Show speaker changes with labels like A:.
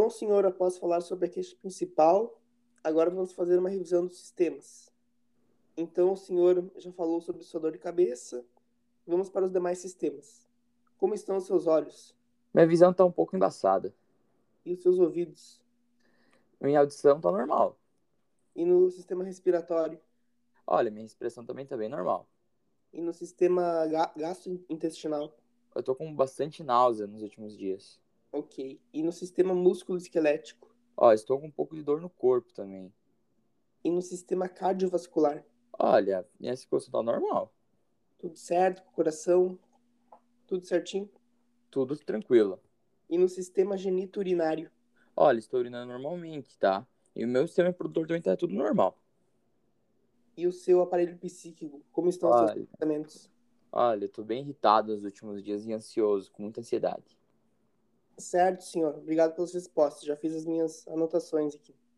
A: Então, senhor, após falar sobre a queixa principal, agora vamos fazer uma revisão dos sistemas. Então, o senhor já falou sobre sua dor de cabeça. Vamos para os demais sistemas. Como estão os seus olhos
B: Minha visão tá um pouco embaçada.
A: e os seus ouvidos?
B: Minha audição tá normal.
A: E no sistema respiratório?
B: Olha, minha respiração também tá bem normal.
A: E no sistema ga- gastrointestinal?
B: Eu tô com bastante náusea nos últimos dias.
A: Ok. E no sistema músculo-esquelético?
B: Ó, estou com um pouco de dor no corpo também.
A: E no sistema cardiovascular?
B: Olha, minha circulação tá normal.
A: Tudo certo? com o Coração? Tudo certinho?
B: Tudo tranquilo.
A: E no sistema geniturinário?
B: Olha, estou urinando normalmente, tá? E o meu sistema reprodutor também tá tudo normal.
A: E o seu aparelho psíquico? Como estão os
B: Olha,
A: seus pensamentos?
B: olha, eu tô bem irritado nos últimos dias e ansioso, com muita ansiedade.
A: Certo, senhor. Obrigado pelas respostas. Já fiz as minhas anotações aqui.